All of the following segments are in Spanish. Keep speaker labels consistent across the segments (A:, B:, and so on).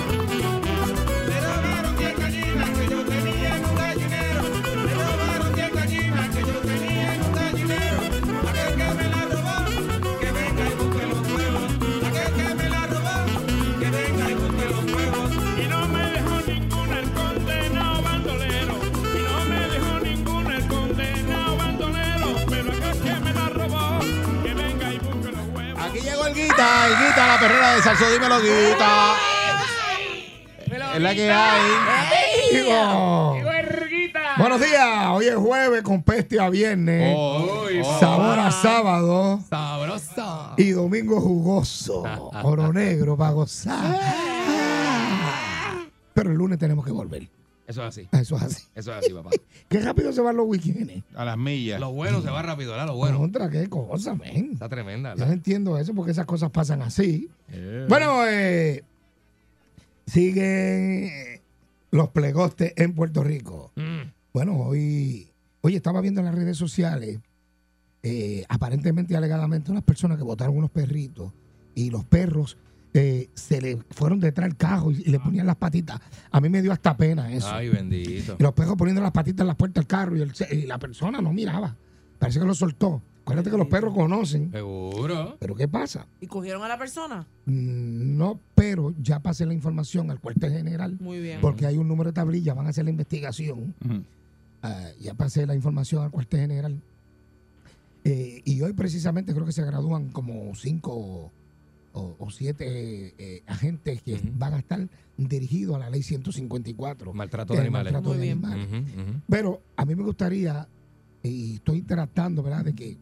A: Me robaron 10 gallinas que yo tenía en un gallinero. Me robaron 10 gallinas que yo tenía en un gallinero. Aquel que me la robó, que venga y busque los huevos. Aquel que me la robó, que venga y busque los huevos.
B: Y no me dejó ninguna el condenado bandolero. Y no me dejó ninguna el condenado bandolero. Pero acá que me la robó, que venga y busque los huevos.
C: Aquí llegó el Guita, el Guita, la perrera de Salso, dímelo, Guita. Es la que hay. Digo.
D: Buenos días, hoy es jueves con peste a viernes, sabor a sábado
C: sabroso.
D: y domingo jugoso, oro negro para gozar. Ah. Pero el lunes tenemos que volver,
C: Eso es así,
D: eso es así.
C: eso es así, papá.
D: Qué rápido se van los weekends.
E: A las millas.
C: Lo bueno se va rápido, ¿verdad? Lo bueno.
D: Contra, qué cosa, men.
C: Está tremenda,
D: Yo
C: ¿verdad?
D: no entiendo eso porque esas cosas pasan así. Bueno, eh, siguen los plegostes en Puerto Rico. Bueno, hoy, hoy estaba viendo en las redes sociales, eh, aparentemente y alegadamente, unas personas que votaron unos perritos y los perros eh, se le fueron detrás del cajo y, y le ponían las patitas. A mí me dio hasta pena eso.
C: Ay, bendito.
D: Y los perros poniendo las patitas en las puertas del carro y, el se- y la persona no miraba. Parece que lo soltó. Acuérdate que los perros conocen.
C: Seguro.
D: Pero ¿qué pasa?
F: ¿Y cogieron a la persona?
D: Mm, No, pero ya pasé la información al cuartel general
F: Muy bien.
D: porque hay un número de tablillas, van a hacer la investigación.
E: Ujú.
D: Ah, ya pasé la información al cuartel general. Eh, y hoy precisamente creo que se gradúan como cinco o, o- o siete eh, eh, agentes que
C: Ujú.
D: van a estar dirigidos a la ley 154.
C: Maltrato de
D: del
C: animales.
D: maltrato
F: Muy
D: de
F: bien.
D: animales.
C: Ujú, ujú.
D: Pero a mí me gustaría, y estoy tratando, ¿verdad?, de que,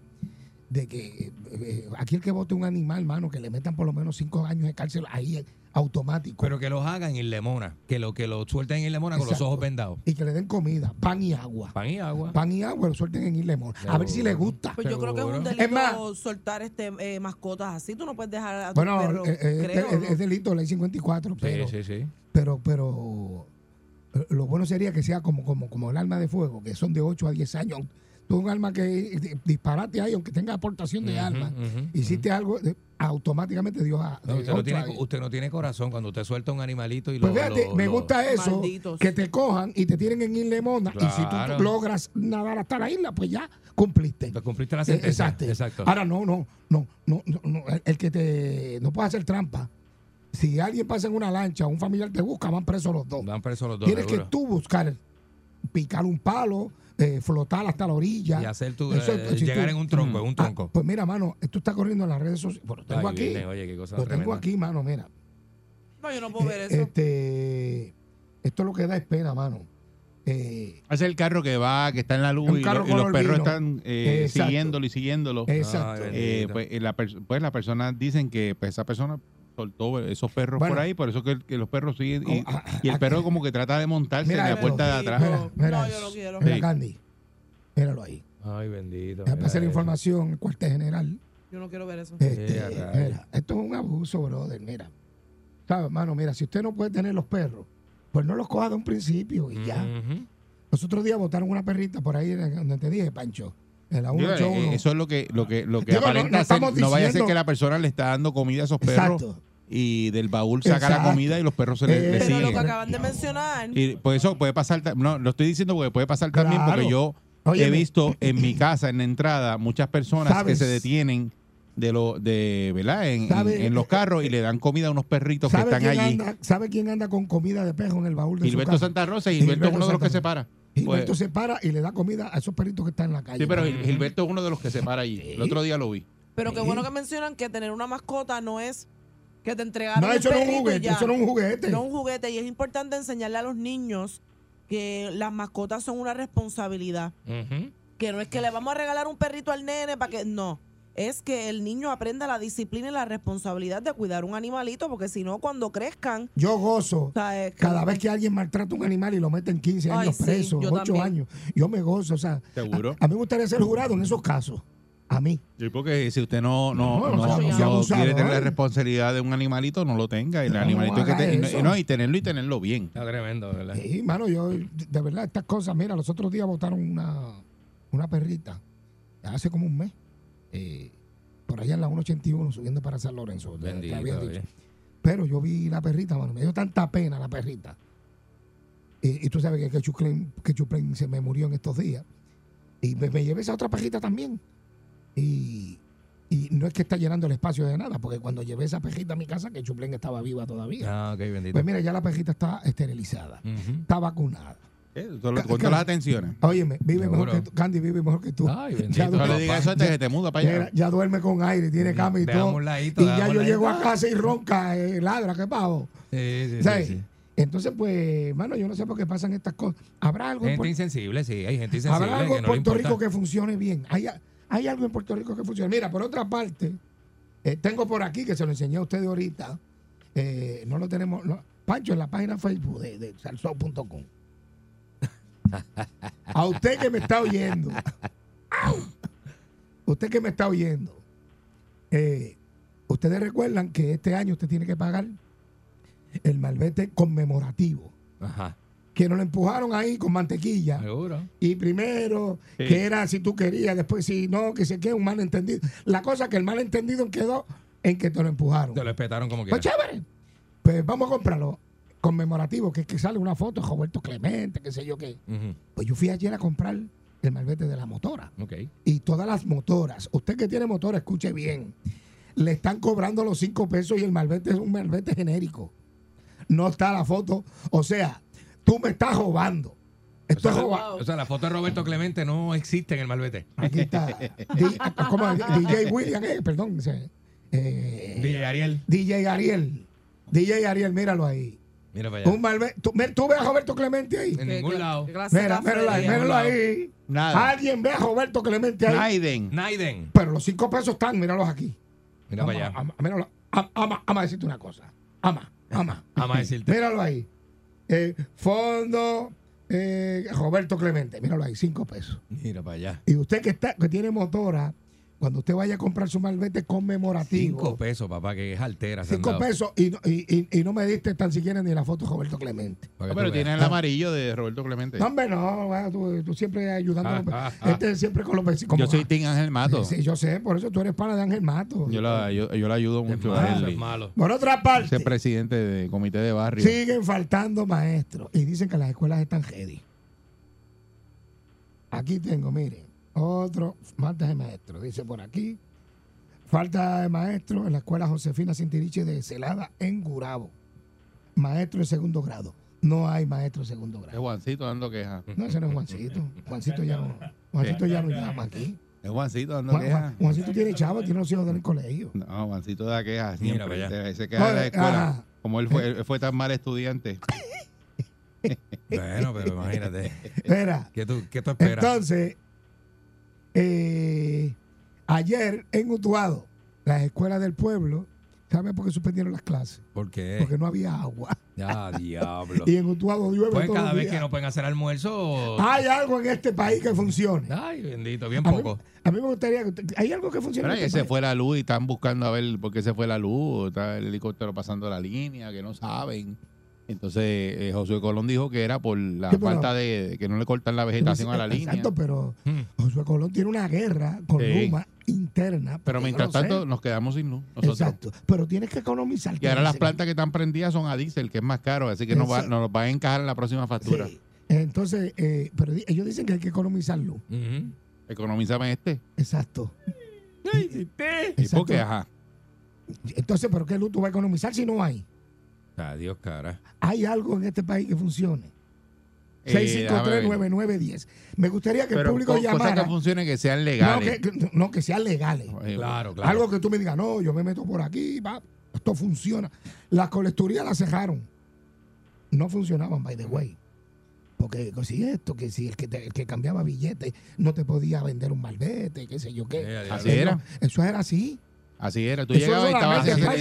D: de que eh, aquí el que vote un animal, mano, que le metan por lo menos cinco años de cárcel ahí eh, automático.
C: Pero que los hagan en lemona. Que lo que lo suelten en lemona con los
D: Exacto.
C: ojos vendados.
D: y que le den comida, pan y agua.
C: Pan y agua.
D: Pan y agua lo suelten en Islemón. A ver si le gusta.
F: Pues yo creo que es un
C: Seguro.
F: delito
D: Es más-
F: soltar este eh, mascotas así. Tú no puedes dejar a tu
D: Bueno,
F: perro,
D: eh, eh,
F: creo,
D: es,
F: ¿no?
D: es delito, ley 54, pero,
C: sí, sí, sí.
D: pero, pero, pero lo bueno sería que sea como, como, como el arma de fuego, que son de 8 a 10 años. Tú un arma que eh, disparate ahí, aunque tenga aportación de
C: Ujú,
D: armas,
C: ujú,
D: hiciste algo, eh, automáticamente Dios a.
C: No,
D: de
C: usted, no
D: ocho
C: tiene,
D: a diez.
C: usted no tiene corazón cuando usted suelta un animalito y lo.
D: Pues fíjate,
C: lo-
D: me
C: lo-
D: gusta eso,
F: Malditos.
D: que te cojan y te tienen en Isla Mona, y si
C: Claro.
D: tú logras nadar hasta la isla, pues ya cumpliste.
C: Pues cumpliste la
D: Eh,
C: sentencia.
D: Exacto.
C: Exacto.
D: Ahora, no, no, no, no, no, no, el- el que te, no puede hacer trampa. Si alguien pasa en una lancha, un familiar te busca, van presos los dos.
C: Van presos los dos.
D: Tienes que
C: seguro.
D: tú buscar, picar un palo, eh, flotar hasta la orilla.
C: Y hacer tu.
D: Ah, Eso,
C: eh,
D: si tú-
C: llegar en un tronco, en un
D: Ah,
C: tronco.
D: pues mira, mano, esto está corriendo en las redes sociales. Bueno, lo tengo
C: Ay,
D: aquí.
C: Virgen, oye, qué cosa
D: Lo tengo
C: tremenda.
D: aquí, mano, mira.
F: No, yo no puedo ver
D: Eh,
F: eso.
D: Este, esto es lo que da espera, mano. Eh,
E: Es el carro que va, que está en la luz
D: Un
E: y,
D: carro
E: lo- y los
D: color
E: perros
D: vino.
E: están eh,
D: Exacto.
E: siguiéndolo y siguiéndolo.
D: exacto.
C: Oh, Ay,
E: Eh, pues, eh, la pers- pues la persona, dicen que pues, esa persona soltó esos perros
D: Bueno.
E: por ahí, por eso que, que los perros siguen. Y,
D: Como- ah,
E: y el
D: ah,
E: perro como que trata de montarse
D: Mira
E: en la
D: esto.
E: puerta de atrás.
D: mira, mira
F: No, yo
D: eso.
F: no quiero.
D: Mira,
E: Sí.
D: Candy. Míralo ahí.
C: Ay, bendito.
D: Déjame
C: mira
E: Eh,
D: hacer
C: eso.
D: información, cuartel general.
F: Yo no quiero ver eso.
D: Este,
C: Sí, a rayos.
D: mira, esto es un abuso, brother. Mira, ¿sabes, hermano? Mira, si usted no puede tener los perros, pues no los coja de un principio y
E: Mm.
D: ya.
C: Ujú.
D: Los otros días botaron una perrita por ahí, en- donde te dije, Pancho, en la
E: Digo, eh,
D: 181.
E: eso es lo que, lo que, lo que
D: Digo, no-
E: aparenta
D: no
E: ser.
D: estamos
E: no vaya a ser
D: diciendo-
E: que la persona le está dando comida a esos perros
D: Exacto.
E: y del baúl saca
D: Exacto.
E: la comida y los perros se le,
D: Eh,
E: le
F: Pero
E: siguen.
F: lo que acaban de mencionar,
E: Y por eso puede pasar, ta- no, lo estoy diciendo porque puede pasar también
D: Claro.
E: porque yo he
D: Óyeme.
E: visto en mi casa, en la entrada, muchas personas
D: ¿Sabes?
E: que se detienen de lo de, ¿verdad? En, en-
D: ¿Sabes?
E: en los carros y le dan comida a unos perritos que
D: ¿Sabe
E: están
D: quién,
E: allí.
D: anda, sabe quién anda con comida de perro en el baúl de
E: Gilberto
D: su casa?
E: Santa Rosa y Gilberto es uno de los que
D: Gilberto
E: se para.
D: Gilberto
E: Pues,
D: se para y le da comida a esos perritos que están en la calle.
E: sí, pero Gil- Gilberto es uno de los que se para allí. El otro día lo vi.
F: pero qué bueno que mencionan que tener una mascota no es que te entregaron
D: no,
F: un
D: eso no es un
F: perrito y
D: juguete,
F: ya.
D: eso no es un juguete.
F: No un juguete. Y es importante enseñarle a los niños que las mascotas son una responsabilidad.
C: Ujú.
F: Que no es que le vamos a regalar un perrito al nene para que. No. Es que el niño aprenda la disciplina y la responsabilidad de cuidar un animalito, porque si no, cuando crezcan.
D: Yo gozo
F: o sea, es que-
D: Cada vez que alguien maltrata a un animal y lo meten 15
F: Ay,
D: años
F: sí,
D: preso,
F: yo
D: 8
F: también.
D: años, yo me gozo. O sea,
E: Seguro.
D: A, a mí me gustaría ser jurado en esos casos. a mí.
E: Sí, porque si usted no, no,
D: No,
E: no,
D: no,
E: no
D: sea abusador.
E: quiere tener la responsabilidad de un animalito, no lo tenga. Y el
D: No,
E: animalito hay que
D: haga
E: te- y no-
D: eso.
E: y, no, y tenerlo y tenerlo bien.
C: Está tremendo, ¿verdad?
D: Sí, mano, yo, de verdad, estas cosas, mira, los otros días votaron una, una perrita, hace como un mes, eh, por allá en la 181, subiendo para San Lorenzo, te- te
C: Bendito,
D: había dicho.
C: oye.
D: Pero yo vi la perrita, mano, me dio tanta pena la perrita. Y, y tú sabes que Ketchup Klein- Ketchup Klein se me murió en estos días. Y me, me llevé esa otra perrita también. Y, y no es que está llenando el espacio de nada, porque cuando llevé esa perrita a mi casa, que Klein estaba viva todavía.
C: Ah, ok, bendito.
D: Pues mira, ya la perrita está esterilizada,
C: Ujú.
D: está vacunada.
E: ¿eh? Con lo- con todas las atenciones.
D: Óyeme, vive
C: Seguro.
D: mejor que tú. Candy vive mejor que tú.
C: Ay, bendito.
D: ya,
E: No le
D: duerme,
E: diga eso a este que te muda para
D: ya,
E: allá.
D: ya duerme con aire, tiene cama y
C: Le damos
D: todo.
C: un ladito,
D: y
C: le
D: ya
C: damos
D: yo
C: un
D: llego a
C: ladito.
D: casa y ronca, eh, ladra, qué pavo.
C: Sí, sí,
D: ¿Sabes?
C: sí, sí.
D: Entonces, pues, mano, yo no sé por qué pasan estas cosas. ¿Habrá algo en,
C: Gente
D: Puer-
C: insensible, sí. Hay gente
D: ¿habrá
C: insensible
D: algo
C: que
D: en
C: no le
D: Puerto Rico
C: importa.
D: que funcione bien? ¿Hay, a- hay algo en Puerto Rico que funcione? Mira, por otra parte, eh, tengo por aquí, que se lo enseñé a ustedes ahorita, eh, no lo tenemos, no. Pancho, en la página Facebook de, de salsón.com. A usted que me está oyendo. Au. Usted que me está oyendo. eh, ustedes recuerdan que este año usted tiene que pagar el malvete conmemorativo.
C: Ajá,
D: Que nos lo empujaron ahí con mantequilla.
C: seguro.
D: Y primero,
E: Sí.
D: que era si tú querías, después si no, que se quede un malentendido. La cosa que el malentendido quedó en que te lo empujaron.
C: Te lo espetaron como
D: Pues
C: quieras.
D: chévere. Pues vamos a comprarlo conmemorativo, que es que sale una foto de Roberto Clemente, qué sé yo qué.
C: Ujú,
D: Pues yo fui ayer a comprar el malvete de la motora.
C: Ok.
D: Y todas las motoras, usted que tiene motora, escuche bien, le están cobrando los cinco pesos y el malvete es un malvete genérico. No está la foto. O sea, tú me estás robando. Esto
C: O sea,
D: es robado.
C: O sea, la foto de Roberto Clemente no existe en el malvete.
D: Aquí está. Di- ¿cómo es? DJ William, eh, perdón. se- eh,
C: DJ Ariel,
D: DJ Ariel. DJ Ariel, míralo ahí.
C: mira para allá.
D: Un malve- ¿Tú, ve- tú ves a Roberto Clemente ahí?
C: En ningún lado.
D: Mira, míralo ahí, míralo ahí.
E: Nada.
D: Alguien ve a Roberto Clemente ahí.
E: Naiden.
C: Naiden,
D: Pero los cinco pesos están, míralos aquí.
C: mira para allá.
D: Ama, ama, míralo. Ama, ama, ama decirte una cosa. Ama, ama.
C: Ama decirte.
D: Míralo ahí. Eh, fondo eh, Roberto Clemente. Míralo ahí, cinco pesos.
C: Mira para allá.
D: Y usted que está, que tiene motora, cuando usted vaya a comprar su malvete conmemorativo.
C: Cinco pesos, papá, que es altera. se han
D: cinco
C: dado.
D: pesos y, no- y, y- y no me diste tan siquiera ni la foto de Roberto Clemente.
C: Para que
E: No,
C: tú veas.
E: pero tiene
D: Ah.
E: el amarillo de Roberto Clemente.
D: No, hombre, no, bueno, tú, tú siempre ayudando.
C: Ah, ah,
D: este es siempre con los vecinos.
E: Yo soy Tim Ángel Mato.
D: Sí, yo sé, por eso tú eres pana de Ángel Mato.
E: Yo la, yo, yo la ayudo
C: Es
E: mucho a
C: malo, es
E: él.
C: malo.
D: Por otra
E: Ese es
D: parte,
E: presidente del comité de barrio.
D: siguen faltando maestros y dicen que las escuelas están heavy. Aquí tengo, miren, otro falta de maestro. Dice por aquí, falta de maestro en la escuela Josefina Cintiriche de Celada en Gurabo. Maestro de segundo grado. No hay maestro de segundo
E: Es
D: grado.
E: Juancito dando queja.
D: No, ese no es Juancito. Juancito ya no, Juancito ya no llama aquí.
E: Es Juancito dando
D: Juan- Juan-
E: queja.
D: Juancito tiene chavo, tiene los hijos del colegio.
E: No, Juancito da quejas
C: Mira
E: siempre.
C: para
E: Se, se queja de la
D: Oye,
E: escuela.
D: ajá. Ah,
E: Como él fue, él fue tan mal estudiante.
C: Bueno, pero imagínate.
D: Espera.
C: ¿Qué tú, qué tú esperas?
D: Entonces, eh, ayer en Utuado, las escuelas del pueblo, ¿saben por qué suspendieron las clases?
C: ¿Por
E: Eh.
C: qué?
D: Porque no había agua.
C: Ya, diablo.
D: Y en Utuado llueve
C: Pues
D: todos
C: cada
D: los
C: vez
D: días.
C: que no pueden hacer almuerzo.
D: Hay algo en este país que funcione.
C: Ay, bendito, bien
D: A mí,
C: poco.
D: a mí me gustaría que... usted- Hay algo que funcione.
E: Pero
D: en
E: que
D: este
E: se
D: país?
E: fue la luz y están buscando a ver por qué se fue la luz. Está el helicóptero pasando la línea, que no saben. Entonces, eh, Josué Colón dijo que era por la
D: Sí, pero-
E: falta de, de que no le cortan la vegetación a la línea.
D: eh, Exacto, pero
C: Hmm.
D: Josué Colón tiene una guerra con
E: Sí.
D: Luma interna.
E: Pero
D: porque
E: mientras
D: yo lo sé.
E: tanto, nos quedamos sin luz nosotros.
D: Exacto. Pero tienes que economizar.
E: Y ahora las plantas que están prendidas son a diésel, que es más caro, así que nos, va,
D: Exacto.
E: nos va a encajar en la próxima factura.
D: Sí. Entonces, eh, pero di- ellos dicen que hay que economizar luz.
C: Ujú.
E: Economízame este.
D: Exacto.
E: ¿Y
D: Exacto.
E: por qué? Ajá. Eh,
D: Entonces, ¿pero qué luz tú vas a economizar si no hay?
C: Adiós, cara.
D: Hay algo en este país que funcione.
E: Eh, déjame ver.
D: 653-9910. Me gustaría que
E: Pero
D: el público
E: co- cosas
D: llamara.
E: que funcionen que sean
D: No
E: legales.
D: que, que- no, que sean legales.
E: Eh,
C: Claro, claro.
D: Algo que tú me digas, no, yo me meto por aquí, va, esto funciona. Las colecturías las cerraron. No funcionaban, by the way. Porque que si esto, que si el que, te- el que cambiaba billetes no te podía vender un malvete, qué sé yo
C: Sí,
D: qué.
C: adiós.
E: Eh, Así era.
D: Eso era así.
E: Así era. Tú
D: Eso
E: llegabas y estabas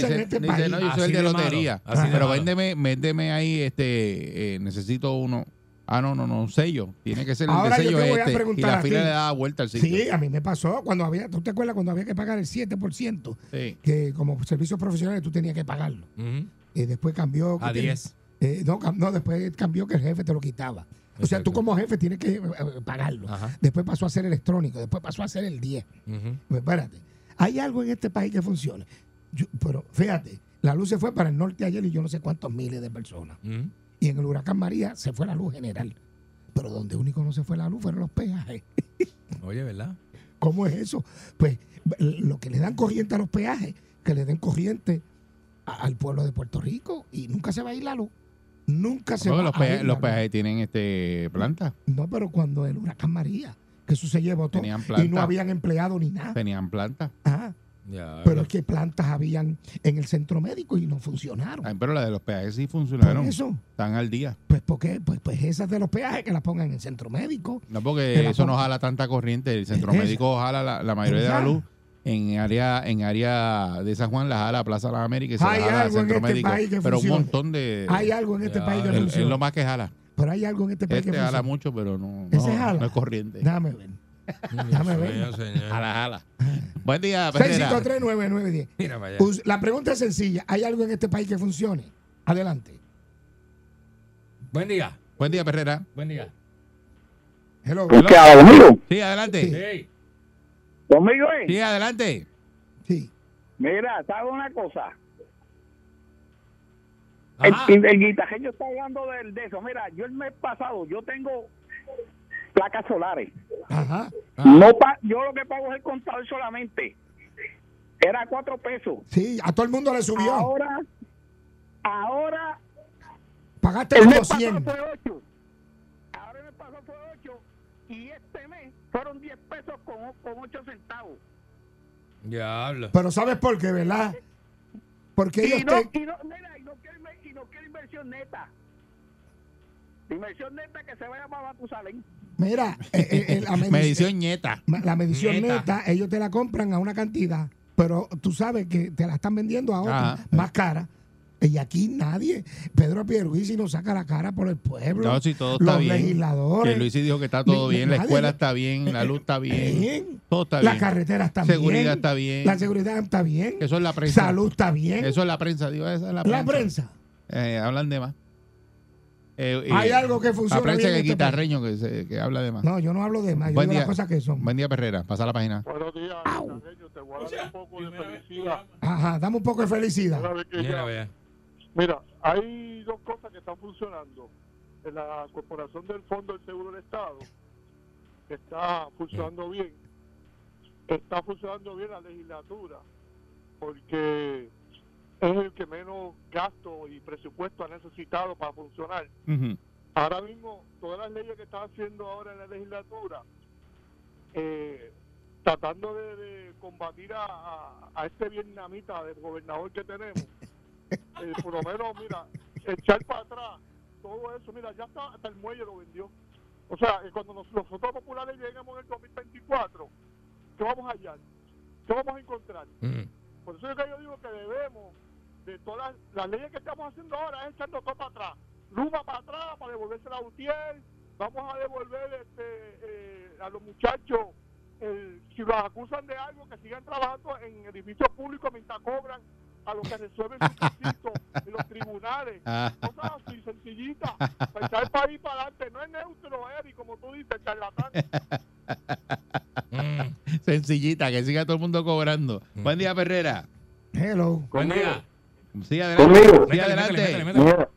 D: solamente pasa
E: dice-
D: en
E: dice-
D: este
E: dice,
D: país.
E: no, Ah, yo soy
C: Así
E: el de
C: de malo,
E: lotería.
C: así de
E: pero
C: malo.
E: véndeme, véndeme ahí, este, eh, necesito uno. Ah, no, no, no, un sello. Tiene que ser
D: Ahora
E: el
D: yo
E: de sello
D: te voy a
E: este. y
D: preguntar
E: la
D: a
E: fila
D: ti.
E: le da vuelta al sitio.
D: Sí, a mí me pasó cuando había, ¿tú te acuerdas cuando había que pagar el 7%?
E: Sí.
D: Que como servicios profesionales tú tenías que pagarlo.
C: Ujú.
D: Y después cambió. que
C: Mm, A
D: te-
C: 10.
D: eh, no, cam- no, después cambió que el jefe te lo quitaba. O sea,
C: Exacto.
D: tú
C: Ah.
D: como jefe tienes que eh, eh, pagarlo.
C: Ajá. Mm,
D: Después pasó a ser electrónico, después pasó a ser el 10.
C: Ujú.
D: Pues espérate, hay algo en este país que funcione. Yo- pero fíjate, la luz se fue para el norte ayer y yo no sé cuántos miles de personas.
C: Ujú.
D: Y en el huracán María se fue la luz general. Pero donde único no se fue la luz fueron los peajes.
C: Oye, ¿verdad?
D: ¿Cómo es eso? Pues lo que le dan corriente a los peajes, que le den corriente a- al pueblo de Puerto Rico y nunca se va a ir la luz. Nunca se
E: Porque
D: va
E: los,
D: a ir
E: peajes,
D: la
E: los
D: luz.
E: peajes tienen este planta.
D: No, pero cuando el huracán María, que eso se llevó todo
E: Tenían
D: y no
E: planta.
D: habían empleado ni nada.
E: Tenían planta.
D: Ah,
C: Ya,
D: pero es que plantas habían en el centro médico y no funcionaron.
E: Ay, Pero la de los peajes sí
D: Por
E: funcionaron.
D: eso,
E: Están al día.
D: pues ¿por qué? Pues, pues esas de los peajes que las pongan en el centro médico.
E: No,
D: Que
E: porque
D: la
E: eso no
D: ponga.
E: jala tanta corriente. El centro
D: Esa.
E: médico jala la, la mayoría de la
D: Esa.
E: luz. En área, en área de San Juan la jala Plaza de las Américas y se la
D: Hay
E: jala al
D: algo en
E: centro
D: este
E: médico.
D: país que
E: pero un
D: funcione.
E: montón de.
D: Hay algo en este
C: Ya,
D: país que
E: es- es,
D: funciona.
E: lo más que jala.
D: Pero hay algo en este país
E: Este
D: que
E: jala
D: funciona.
E: mucho, pero no, no,
D: Ese jala.
E: no es corriente.
D: Déjame ver. Déjame ver.
E: Jala, jala. Buen día, Perrera.
D: 6539910.
C: Mira para allá.
D: Us- La pregunta es sencilla. ¿Hay algo en este país que funcione? Adelante.
C: Buen día.
E: Buen día, Perrera.
C: Buen día.
D: Hello.
E: Sí, adelante.
C: Hey.
G: Conmigo es.
E: Sí, adelante.
D: Sí.
G: Mira, ¿sabes una cosa? El,
C: Ajá.
G: el guitarreño está hablando de, de eso. Mira, yo el mes pasado, yo tengo placas solares.
D: Ajá.
G: No pa- yo lo que pago es el contador solamente. Era cuatro pesos.
D: Sí, a todo el mundo le subió.
G: Ahora, ahora
D: Pagaste
G: el
D: como
G: mes pasado
D: 100.
G: fue ocho. Ahora el mes pasado fue ocho. Y este mes fueron diez pesos con, o- con ocho centavos.
C: Diablo.
D: Pero ¿sabes por qué, verdad? Porque
G: Y
D: ellos
G: no,
D: te-
G: y no, mira, y no quiero, inver- y no quiero inversión neta. Inversión neta que se vaya para Matusalén.
D: Mira, eh, eh, eh, la medici-
E: Medición ñeta.
D: Ma- La medición
C: Neta.
D: neta. ellos te la compran a una cantidad, pero tú sabes que te la están vendiendo a otra,
E: Ajá.
D: más cara. Y aquí nadie, Pedro Pierluisi no saca la cara por el pueblo.
E: No, si todo
D: los
E: está bien.
D: legisladores.
E: Que Luis dijo que está todo
D: Ni-
E: bien, la
D: nadie-
E: escuela está bien, la luz está bien,
D: bien.
E: todo está
D: Las
E: bien.
D: carreteras están
E: Seguridad
D: bien.
E: está bien.
D: La seguridad está bien.
E: Eso es la prensa.
D: Salud está bien.
E: Eso es la prensa, digo, esa es la
D: ¿Eh?
E: prensa.
D: la prensa.
E: Eh, hablan de más. Eh, eh,
D: Hay algo que funciona
E: La
D: bien
E: prensa que
D: en este
E: guitarreño que, se- que habla de más.
D: No, yo no hablo de más. Yo
E: Buen
D: digo las
E: día.
D: cosas que son.
E: Buen día, Perrera. Pasa la página.
B: Buenos días, Guitarreño. Te voy a dar un poco de felicidad.
D: Ajá, dame un poco de felicidad.
B: Una vez que
C: Mira,
B: ya-
C: vea.
B: Mira, hay dos cosas que están funcionando. En la Corporación del Fondo del Seguro del Estado está funcionando bien. Está funcionando bien la legislatura porque es el que menos gasto y presupuesto ha necesitado para funcionar.
E: Ujú.
B: Ahora mismo, todas las leyes que está haciendo ahora en la legislatura, eh, tratando de, de combatir a, a- a este vietnamita del gobernador que tenemos, eh, por lo menos, mira, echar para atrás todo eso, mira, ya está, hasta el muelle lo vendió. O sea, que cuando nos- nosotros populares lleguemos en el 2024, ¿qué vamos a hallar? ¿Qué vamos a encontrar?
C: Mm.
B: Por eso es que yo digo que debemos, de todas las, las leyes que estamos haciendo ahora, es echando todo para atrás. Luma para atrás para devolverse la UTIER. Vamos a devolver este, eh, a los muchachos, el- si los acusan de algo, que sigan trabajando en edificios públicos mientras cobran a los que resuelven sus conflictos en los tribunales.
E: Ah,
B: Cosas así, sencillitas. Para echar el país para adelante. No es neutro, Eri, como tú dices, charlatán.
C: Mm.
E: sencillita, que siga todo el mundo cobrando.
C: Ujú.
E: Buen día, Perrera.
D: Hello.
C: Buen día.
E: Sí, adelante.
G: Conmigo.
E: Sí,
C: Métele,
E: adelante.
C: métele, métele, métele.
G: Mira,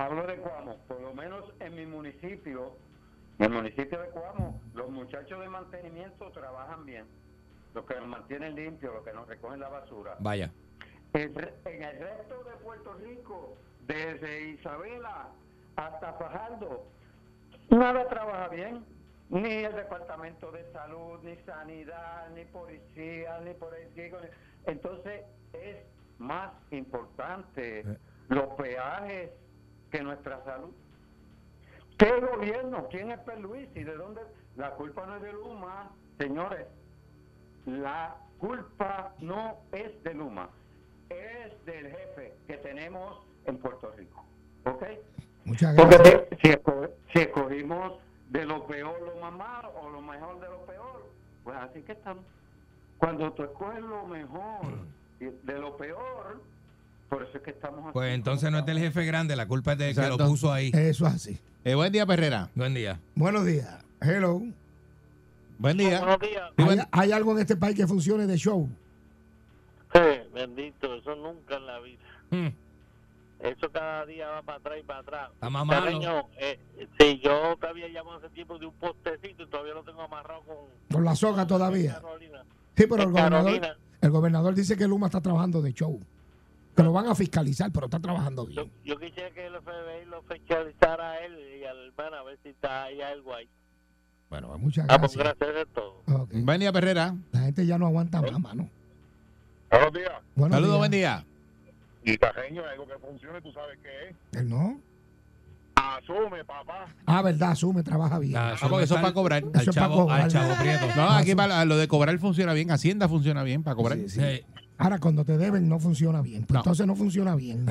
G: hablo de Cuamo, por lo menos en mi municipio, en el municipio de Cuamo, los muchachos de mantenimiento trabajan bien, los que nos mantienen limpios, los que nos recogen la basura.
C: Vaya.
G: El re- En el resto de Puerto Rico, desde Isabela hasta Fajardo, nada trabaja bien, ni el Departamento de Salud, ni Sanidad, ni Policía, ni por el digo, ni- Entonces es más importante los peajes que nuestra salud. ¿Qué gobierno? ¿Quién es Perluisi? ¿De dónde? La culpa no es de Luma, señores. La culpa no es de Luma, es del jefe que tenemos en Puerto Rico. ¿Ok?
D: Muchas
G: Porque
D: gracias.
G: si- si, esco- si escogimos de lo peor lo más malo o lo mejor de lo peor, pues así que estamos. Cuando tú escoges lo mejor y de lo peor, por eso es que estamos aquí.
C: Pues entonces no es del jefe grande, la culpa es del que lo
D: Exacto.
C: puso ahí.
D: Eso es así.
E: Eh, buen día, Perrera.
C: Buen día.
D: Buenos días. Hello.
E: Buen día.
D: ¿Hay, hay algo en este país que funcione de show?
H: Eh, Bendito, eso nunca en la vida.
C: Mm.
H: Eso cada día va para atrás y para atrás.
C: Está más malo.
H: Carreño, eh, sí, yo te había llamado hace tiempo de un postecito y todavía lo tengo amarrado con
D: Con la soga todavía. Sí, pero el
H: En
D: gobernador,
H: Carolina.
D: el gobernador dice que Luma está trabajando de show. Que lo van a fiscalizar, pero está trabajando bien.
H: Yo quisiera que el FBI lo fiscalizara a él y a la hermana a ver si está ahí algo ahí.
D: Bueno, pues muchas
H: Ah, pues
D: gracias.
H: gracias de todo.
D: Ok.
E: Buen día, Perrera.
D: La gente ya no aguanta más, mano.
B: Buenos días.
D: Buenos
E: Saludos,
D: días.
E: buen día.
B: Guitarreño, algo que funcione, tú sabes qué es.
D: Él no.
B: Asume, papá.
D: Ah, verdad, asume, trabaja bien.
E: Ah, porque eso es para cobrar.
D: Eso es para cobrar.
E: No,
D: Ah,
E: aquí para lo de cobrar funciona bien. Hacienda funciona bien para cobrar. Sí.
D: Ahora, cuando te deben, no funciona bien. Pues
E: No. Ah.
D: Entonces no funciona bien.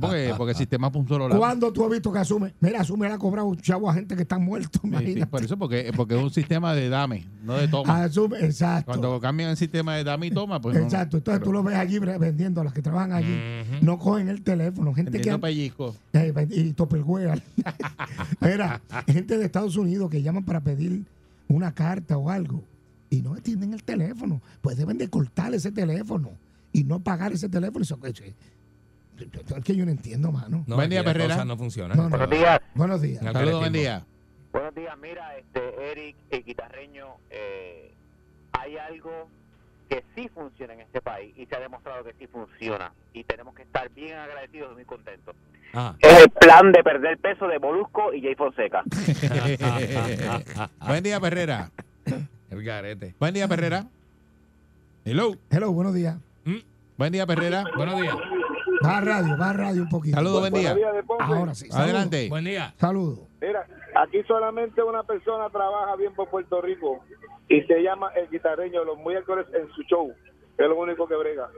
E: Porque, porque el sistema es un solo lado.
D: ¿Cuándo tú has visto que asume? Mira, asume, le ha cobrado un chavo a gente que está muerto,
E: Sí, sí,
D: imagínate.
E: por eso, porque, porque es un sistema de dame, no de toma.
D: Asume, exacto.
E: Cuando cambian el sistema de dame y toma, pues. no-
D: Exacto, entonces tú lo ves allí bre- vendiendo, las que trabajan allí, no cogen el teléfono, gente que...
E: Vendiendo
D: han-
E: pellizco.
D: Eh, ven- y Tupperware. Mira, gente de Estados Unidos que llaman para pedir una carta o algo y no atienden el teléfono, pues deben de cortar ese teléfono y no pagar ese teléfono. Eso, eso- eso es que yo no entiendo, mano.
C: No,
E: Buen día,
C: aquí las
E: Perrera.
C: cosas no funcionan.
D: No, no.
C: Pero-
H: Buenos días.
D: Buenos días.
C: Al
E: Saludos, buen
C: teléfono.
E: día.
H: Buenos días, mira, este Eric y Guitarreño, eh, hay algo que sí funciona en este país y se ha demostrado que sí funciona y tenemos que estar bien agradecidos y muy contentos.
C: Ah.
H: Es el plan de perder peso de Molusco y Jay Fonseca.
E: buen día, Perrera.
C: El garete.
E: Buen día, Perrera. Hello.
D: Hello, buenos días.
E: Buen día, Perrera.
C: Buenos días.
D: Va a radio, va a radio un poquito.
E: Saludos, buen día.
D: Ahora sí. saludos.
E: Adelante.
C: Buen día.
D: Saludos.
B: Mira, aquí solamente una persona trabaja bien por Puerto Rico y se llama el guitarreño, los miércoles en su show. Es lo único que brega.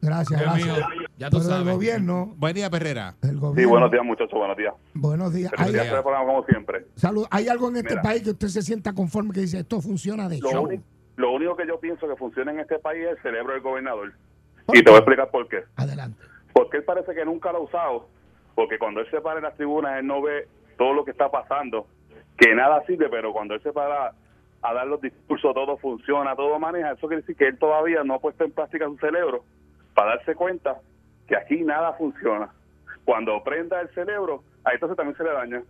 D: Gracias,
C: Dios
D: gracias.
C: mío, ya tú
D: Pero
C: sabes.
D: el gobierno,
E: Buen día, Perrera.
D: el gobierno.
I: Sí, buenos días, muchachos, buenos días.
D: Buenos días.
I: Feliz
D: Hay,
I: día el programa como siempre.
D: salud. ¿Hay algo en este
I: Mira.
D: país que usted se sienta conforme que dice esto funciona de
I: Lo,
D: show?
I: único- lo único que yo pienso que funciona en este país es el cerebro del gobernador. Y te voy a explicar por qué.
D: Adelante.
I: Porque él parece que nunca lo ha usado, porque cuando él se para en las tribunas, él no ve todo lo que está pasando, que nada sirve, pero cuando él se para a dar los discursos, todo funciona, todo maneja. Eso quiere decir que él todavía no ha puesto en práctica su cerebro para darse cuenta que aquí nada funciona. Cuando prenda el cerebro, ahí entonces también se le daña.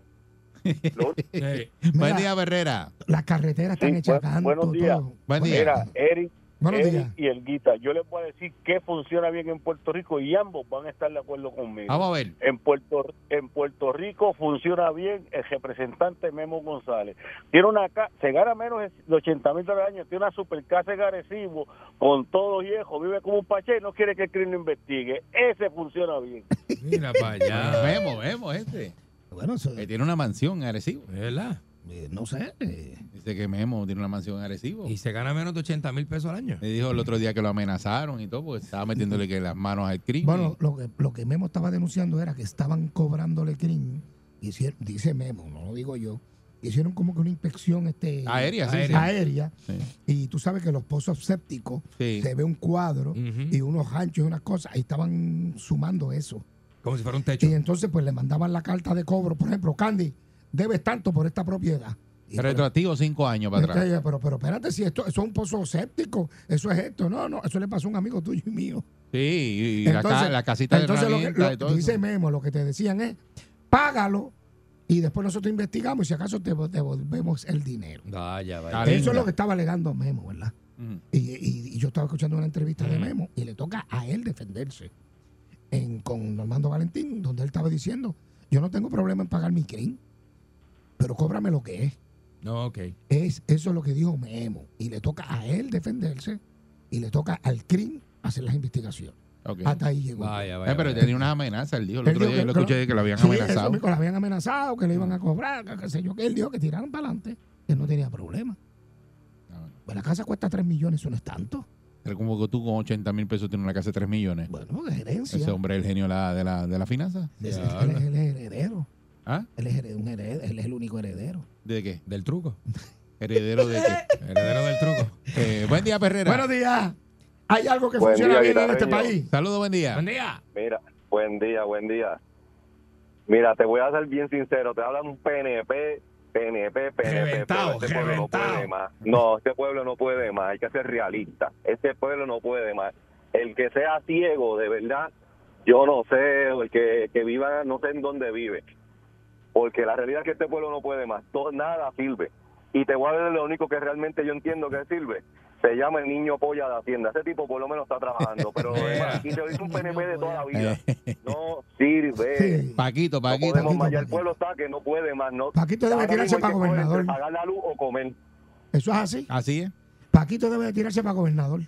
I: Lo-
C: Sí.
E: Buen día, Perrera.
D: Las carreteras están hechas canto,
J: buenos días.
D: todo.
E: Buen día.
J: Mira, Eric,
D: Buenos
J: Eric
D: días.
J: y el Guita, yo les voy a decir qué funciona bien en Puerto Rico y ambos van a estar de acuerdo conmigo.
E: Vamos a ver.
J: En Puerto, en Puerto Rico funciona bien el representante Memo González. Tiene una ca- se gana menos de 80 mil dólares al año, tiene una super casa en Arecibo, con todo viejo, vive como un pache y no quiere que el crimen lo investigue. Ese funciona bien.
C: Mira para allá.
E: Vemos, vemos este.
D: Bueno, eso-
E: Que tiene una mansión en Arecibo.
C: ¿Verdad?
D: eh, no sé. eh,
E: Dice que Memo tiene una mansión en Arecibo.
C: Y se gana menos de 80 mil pesos al año.
E: Me dijo el otro día que lo amenazaron y todo, porque estaba metiéndole que las manos al crimen.
D: Bueno, lo que, lo que Memo estaba denunciando era que estaban cobrándole crimen. Hicieron, dice Memo, no lo digo yo. Hicieron como que una inspección este,
E: Aérea, sí, sí.
D: aérea.
E: Sí.
D: Y tú sabes que los pozos sépticos
E: Sí.
D: se ve un cuadro
C: Ujú.
D: y unos ganchos y unas cosas. Ahí estaban sumando eso.
C: Como si fuera un techo.
D: Y entonces, pues le mandaban la carta de cobro. Por ejemplo, Candy, debes tanto por esta propiedad. Y
E: Retroactivo cinco años para atrás.
D: Entonces, pero, pero espérate, si esto, eso es un pozo séptico, eso es esto. No, no, eso le pasó a un amigo tuyo y mío.
E: Sí, y la, ca- la casita de
D: entonces lo que-
E: herramientas
D: lo-
E: y todo
D: dice
E: eso.
D: Memo, lo que te decían es, págalo y después nosotros investigamos y si acaso te vo- devolvemos el dinero.
C: Vaya,
E: Ah,
C: vaya.
D: Eso
E: linda.
D: es lo que estaba alegando Memo, ¿verdad?
E: Ujú.
D: Y, y- y yo estaba escuchando una entrevista de
C: Mm.
D: Memo y le toca a él defenderse en- con Normando Valentín, donde él estaba diciendo, yo no tengo problema en pagar mi crimen, pero cóbrame lo que es.
C: No, ok.
D: Es, eso es lo que dijo Memo. Y le toca a él defenderse y le toca al CRIM hacer las investigaciones.
E: Ok.
D: Hasta ahí llegó.
C: Vaya,
E: Ah,
C: vaya.
E: pero
C: vaya.
E: tenía unas amenazas, él dijo. El
D: Él
E: otro
D: dijo
E: día yo lo
D: que-
E: escuché que lo habían
D: Sí, eso,
E: amenazado.
D: que lo habían amenazado, que le iban a cobrar, que qué sé yo, que él dijo que tiraron para adelante, que no tenía problema.
E: Ah, bueno.
D: Pues la casa cuesta 3 millones, eso no es tanto.
E: Pero como que tú con 80 mil pesos tienes una casa de 3 millones.
D: Bueno, es herencia.
E: Ese hombre es el genio de la, de la, de la finanza. ¿Ah?
D: Él es
C: Diablo.
D: él es el heredero. Él es, hered- un hered- él es el único heredero.
E: ¿De qué?
C: ¿Del truco?
E: ¿Heredero de qué?
C: Heredero del truco.
E: buen día, Perrera.
D: Buenos días. Hay algo que
E: Buen
D: funciona
E: día,
D: bien en este
E: Guitarreño.
D: país.
E: Saludos, buen día.
C: Buen día.
B: Mira, buen día, buen día. Mira, te voy a ser bien sincero, te hablan un PNP, PNP, PNP, pero este pueblo no puede más. No, este pueblo no puede más, hay que ser realista. Este pueblo no puede más. El que sea ciego, de verdad, yo no sé, o el que, que viva, no sé en dónde vive. Porque la realidad es que este pueblo no puede más, todo, nada sirve. Y te voy a decir lo único que realmente yo entiendo que sirve. Se llama el niño polla de Hacienda. Ese tipo por lo menos está trabajando, pero eh, lo demás, aquí se lo hizo un PNP de toda la vida. No sirve.
E: Paquito, Paquito.
B: Podemos más, ya el pueblo está que no puede más, no.
D: Paquito debe
B: Ahora
D: tirarse
B: mismo hay
D: para
B: que coger entre
D: gobernador.
B: Pagar la luz o comer.
D: Eso es así.
E: Así es.
D: Paquito debe de tirarse para gobernador.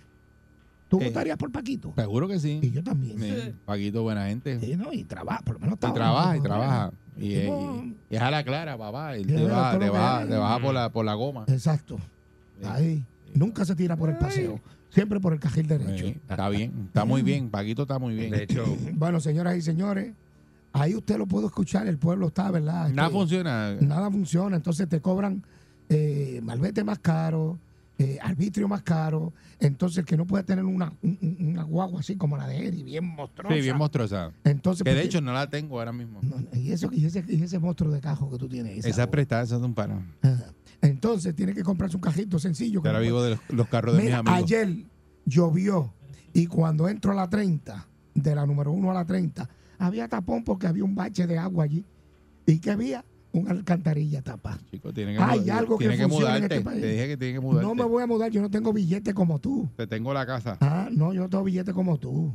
D: ¿Tú votarías por Paquito?
E: Seguro que sí. Y
D: yo también.
E: Paquito, buena gente.
D: Sí, no, y trabaja, por lo menos
E: Y trabaja, y trabaja. Y, y- y es a la clara, papá. Y te
D: Yo
E: baja,
D: todo
E: te
D: lo que
E: baja,
D: hay.
E: te baja por la, por la goma.
D: Exacto. Ahí. Nunca se tira por el paseo. Siempre por el cajil derecho.
E: Sí, Eh, Está bien, está muy bien. Paquito está muy bien. De
C: hecho,
D: Bueno, señoras y señores, ahí usted lo pudo escuchar. El pueblo está, ¿verdad?
E: nada
D: Este,
E: funciona.
D: Nada funciona. Entonces te cobran eh, malvete más caro, eh, arbitrio más caro. Entonces el que no puede tener una, un- un- una guagua así como la de Eddie, bien monstruosa.
E: Sí, bien monstruosa.
D: Entonces,
E: que de
D: porque-
E: hecho no la tengo ahora mismo.
D: Y, eso, y, ese, y ese monstruo de cajo que tú tienes. esa
E: Esa es prestada, esa es de un pana.
D: Entonces tiene que comprarse un cajito sencillo. que
E: Yo ahora
D: no
E: vivo de los, los carros de
D: Mira,
E: mis amigos.
D: ayer llovió y cuando entro a la 30, de la número 1 a la 30, había tapón porque había un bache de agua allí. ¿Y que había? Una alcantarilla tapada.
E: Chico, tiene que,
D: Hay
E: mud-
D: algo que
E: tiene que
D: funciona en
E: mudarte.
D: este país.
E: Te dije que tiene que mudarte.
D: No me voy a mudar, yo no tengo billete como tú.
E: Te tengo la casa.
D: Ah, no, yo no tengo billete como tú.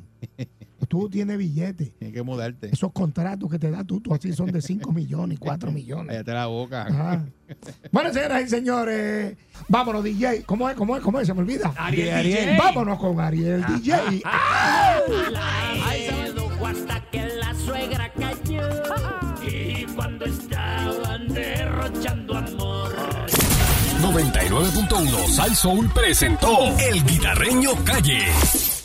D: Tú tienes billete.
E: Tienes que mudarte.
D: Esos contratos que te da tú, tú así son de 5 millones, 4 millones.
E: Cállate la boca.
D: Ah. Bueno, señoras y señores, vámonos, DJ. ¿Cómo es? ¿Cómo es? ¿Cómo es? Se me olvida.
K: Ariel De Ariel. DJ.
D: Vámonos con Ariel DJ.
K: hasta que la suegra cayó y cuando estaban derrochando amor
J: 99.1 Sal Soul presentó El Guitarreño Calle.